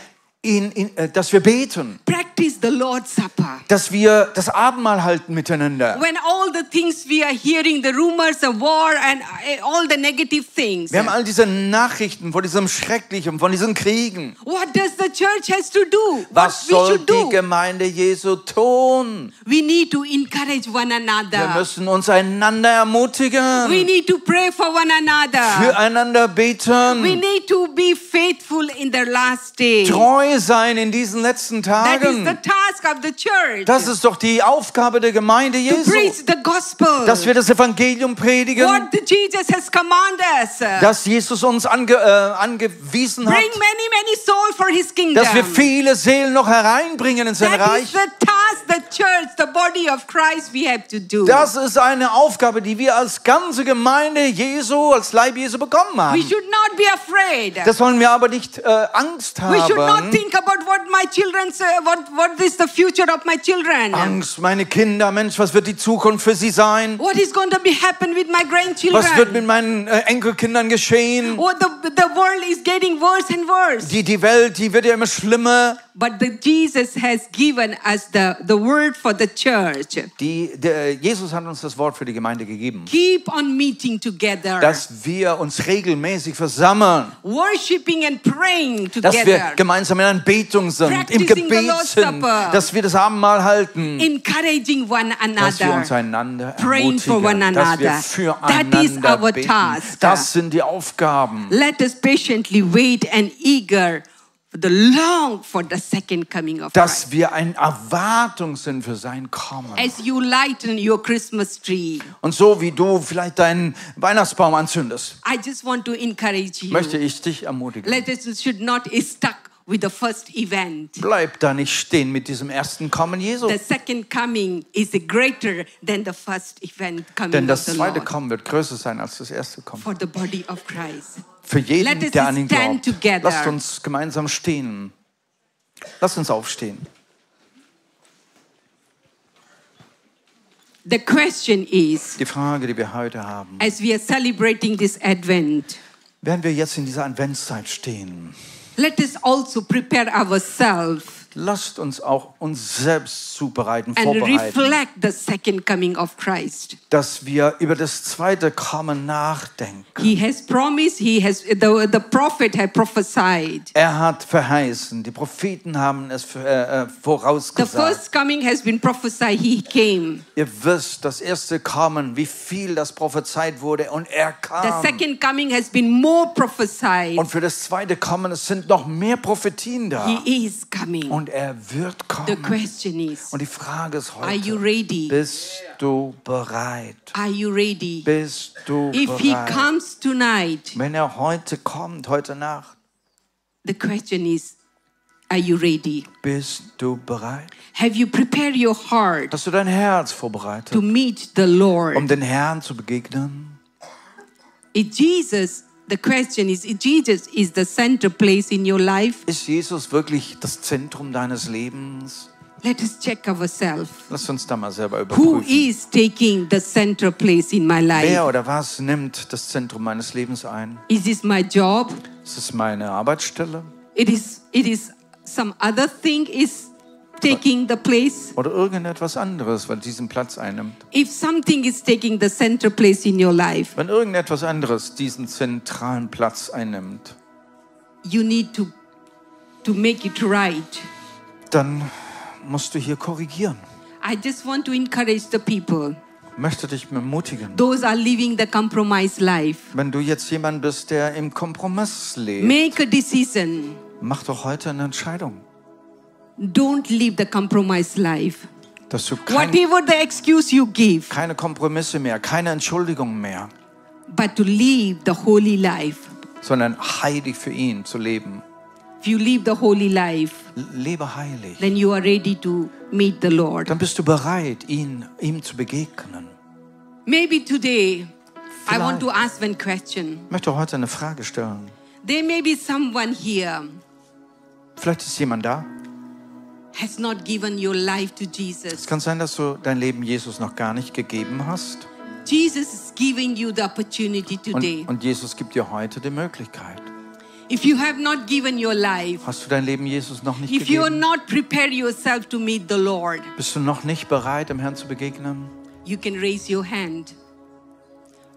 ihn, ihn, äh, dass wir beten, practice the Lord's Supper. dass wir das Abendmahl halten miteinander. When all the things we are hearing, the rumors of war and uh, all the negative things, Wir haben all diese Nachrichten von diesem Schrecklichen, von diesen Kriegen. what does the church has to do? Was what we soll should die do? Gemeinde Jesu tun? We need to encourage one Wir another. müssen uns einander We ermutigen, need to pray for one another. füreinander We beten, need to be faithful in the last day. treu sein in diesen letzten That is the Tagen. task of the church. Das ist doch die Aufgabe der Gemeinde to Jesu, preach the gospel. dass wir das Evangelium predigen, what the Jesus has commanded us. das Jesus uns ange, äh, angewiesen hat, Bring many, many soul for his kingdom. dass wir viele Seelen noch hereinbringen in sein that is Reich. the task, the church, the body of Christ we have to do. Das ist eine Aufgabe, die wir als ganze Gemeinde Jesu, als Leib Jesu bekommen we haben. should not be afraid. Das sollen wir aber nicht äh, Angst we should not haben. think about what my children, uh, what, what is the future of my children. Angst, meine Kinder, Mensch, was wird die Zukunft für sie sein? what is going to be happen with my grandchildren? Was wird mit meinen äh, Enkelkindern geschehen? Oh, the, the world is getting worse and worse. Die, die Welt, die wird ja immer schlimmer. But the Jesus has given us the, the word for the church. Die, der, Jesus hat uns das Wort für die Gemeinde gegeben, Keep on meeting together, dass wir uns regelmäßig versammeln, worshiping and praying dass wir together, gemeinsam in Anbetung sind, im Practicing the Gebet Lord's sind, Supper. dass wir das Abendmahl halten, encouraging one dass wir uns another. einander Praying for ermutigen, one dass wir another. That is füreinander our beten. task. Das sind die Aufgaben. Let us patiently wait and eager for the long for the second coming of Christ. Dass wir eine Erwartung sind für sein Kommen. As you lighten your Christmas tree, Und so wie du vielleicht deinen Weihnachtsbaum anzündest, I just want to encourage you. möchte ich dich ermutigen. Let us should not be stuck with the first event. Bleib da nicht stehen mit diesem ersten Kommen Jesu. The second coming is greater than the first event coming Denn das of the zweite Lord Kommen wird größer sein als das erste Kommen. for the body of Christ. Für Let jeden, us der an ihn stand glaubt. together. Lasst uns gemeinsam stehen. Lasst uns aufstehen. The question is, Die Frage, die wir heute haben, as we are celebrating this Advent, werden wir jetzt in dieser Adventszeit stehen? let us also prepare ourselves Lasst uns auch uns selbst zubereiten, and vorbereiten, reflect the second coming of Christ. dass wir über das zweite Kommen nachdenken. He has promised, he has the, the prophet had prophesied. Er hat verheißen, die Propheten haben es äh, äh, The vorausgesagt. first coming has been prophesied, he came. Ihr wisst, das erste Kommen, wie viel das prophezeit wurde und er The kam. second coming has been more prophesied. Und für das zweite Kommen, es sind noch mehr Prophetien da. He is coming. Und er wird The kommen. question is, Und die Frage ist are you heute, ready? bist du bereit? Are you ready? Bist du If he bereit? comes tonight, Wenn er heute kommt, heute Nacht, the question is, are you ready? bist du bereit? Have you prepared your heart Hast du dein Herz to vorbereitet, meet the um Lord? den Herrn zu begegnen? If Jesus, the question is, if Jesus is the center place in your life, Ist Jesus wirklich das Zentrum deines Lebens? let us check ourselves. Lass uns da mal selber Who überprüfen. is taking the center place in my Wer life? oder was nimmt das Zentrum meines Lebens ein? Is this my job? Ist es meine Arbeitsstelle? It is it is some other thing is taking the place, oder irgendetwas anderes, was diesen Platz einnimmt. if something is taking the center place in your life, Wenn irgendetwas anderes diesen zentralen Platz einnimmt, you need to, to make it right. dann musst du hier korrigieren. I just want to encourage the people. Möchte dich ermutigen. Those are living the compromised life. Wenn du jetzt jemand bist, der im Kompromiss lebt, Make a decision. mach doch heute eine Entscheidung, Don't live the compromised life. dass du kein, Whatever the excuse you give, keine Kompromisse mehr, keine Entschuldigungen mehr, but to live the holy life. sondern heilig für ihn zu leben. If you live the holy life, Lebe heilig. then you are ready to meet the Lord. Dann bist du bereit, ihn, ihm zu begegnen. Maybe today, I want to ask one question. Ich möchte heute eine Frage stellen. There may be someone here Vielleicht ist jemand da. has not given your life to Es Jesus. kann sein, dass du dein Leben Jesus noch gar nicht gegeben hast. Jesus is giving you the opportunity today. Und, und Jesus gibt dir heute die Möglichkeit. If you have not given your life, Hast du dein Leben Jesus noch nicht If you are gegeben? not prepared yourself to meet the Lord, Bist du noch nicht bereit, dem Herrn zu begegnen? you can raise your hand.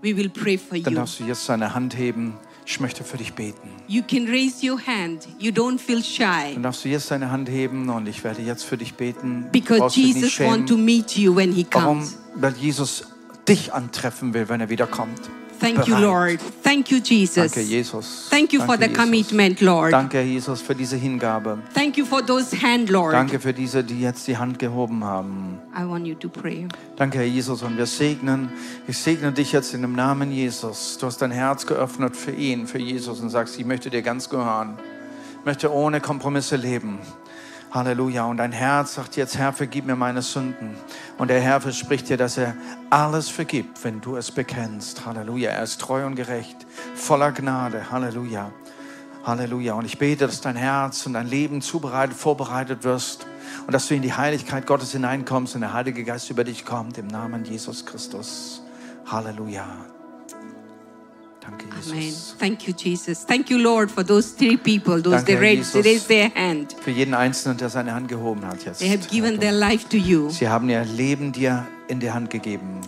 We will pray for Dann you. darfst du jetzt deine Hand heben. Ich möchte für dich beten. You can raise your hand. You don't feel shy Dann darfst du jetzt deine Hand heben und ich werde jetzt für dich beten. Du because brauchst dich nicht Jesus wants to schämen. meet you when He Warum? comes. Weil Jesus dich antreffen will, wenn er wiederkommt. Thank you, Bereit. Lord. Thank you, Jesus. Danke, Jesus. Thank you for Danke, the Jesus. commitment, Lord. Danke, Jesus, für diese Hingabe. Thank you for those hand, Lord. Danke für diese, die jetzt die Hand gehoben haben. I want you to pray. Danke, Herr Jesus, und wir segnen. Ich segne dich jetzt in dem Namen Jesus. Du hast dein Herz geöffnet für ihn, für Jesus und sagst, ich möchte dir ganz gehören. Ich möchte ohne Kompromisse leben. Halleluja. Und dein Herz sagt jetzt, Herr, vergib mir meine Sünden. Und der Herr verspricht dir, dass er alles vergibt, wenn du es bekennst. Halleluja. Er ist treu und gerecht, voller Gnade. Halleluja. Halleluja. Und ich bete, dass dein Herz und dein Leben zubereitet, vorbereitet wirst und dass du in die Heiligkeit Gottes hineinkommst und der Heilige Geist über dich kommt im Namen Jesus Christus. Halleluja. Danke, Amen. Jesus. Thank you, Jesus. Thank you, Lord, for those three people, those Danke, that raised, Jesus. raised their hand. Für jeden Einzelnen, der seine Hand gehoben hat jetzt. They have given their life to you. Sie haben ihr Leben dir in die Hand gegeben.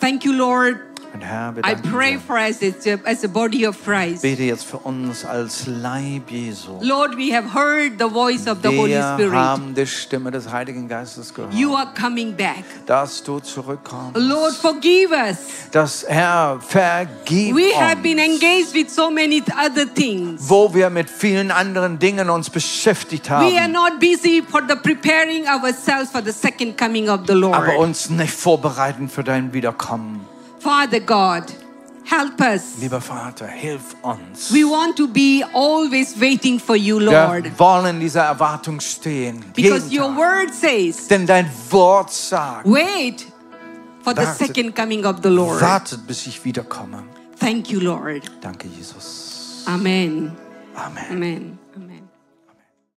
Thank you, Lord, Und Herr, wir I danken pray dir. for us as a, as a body of Christ. bete jetzt für uns als Leib Jesu. Lord, we have heard the voice of the Holy Wir Spirit. haben die Stimme des Heiligen Geistes gehört, You are coming back. dass du zurückkommst. Lord, forgive us. Das Herr vergib We uns, have been engaged with so many other things. wo wir mit vielen anderen Dingen uns beschäftigt We are haben, not busy for the preparing ourselves for the second coming of the aber Lord. uns nicht vorbereiten für dein Wiederkommen. Father God, help us. Lieber Vater, hilf uns. We want to be always waiting for you, Lord, Wir wollen dieser Erwartung stehen. because jeden your Tag. word says, Denn dein Wort sagt, wait for the Warte. second coming of the Lord. wartet, bis ich wiederkomme. Thank you, Lord. Danke, Jesus. Amen. Amen. Amen. Amen.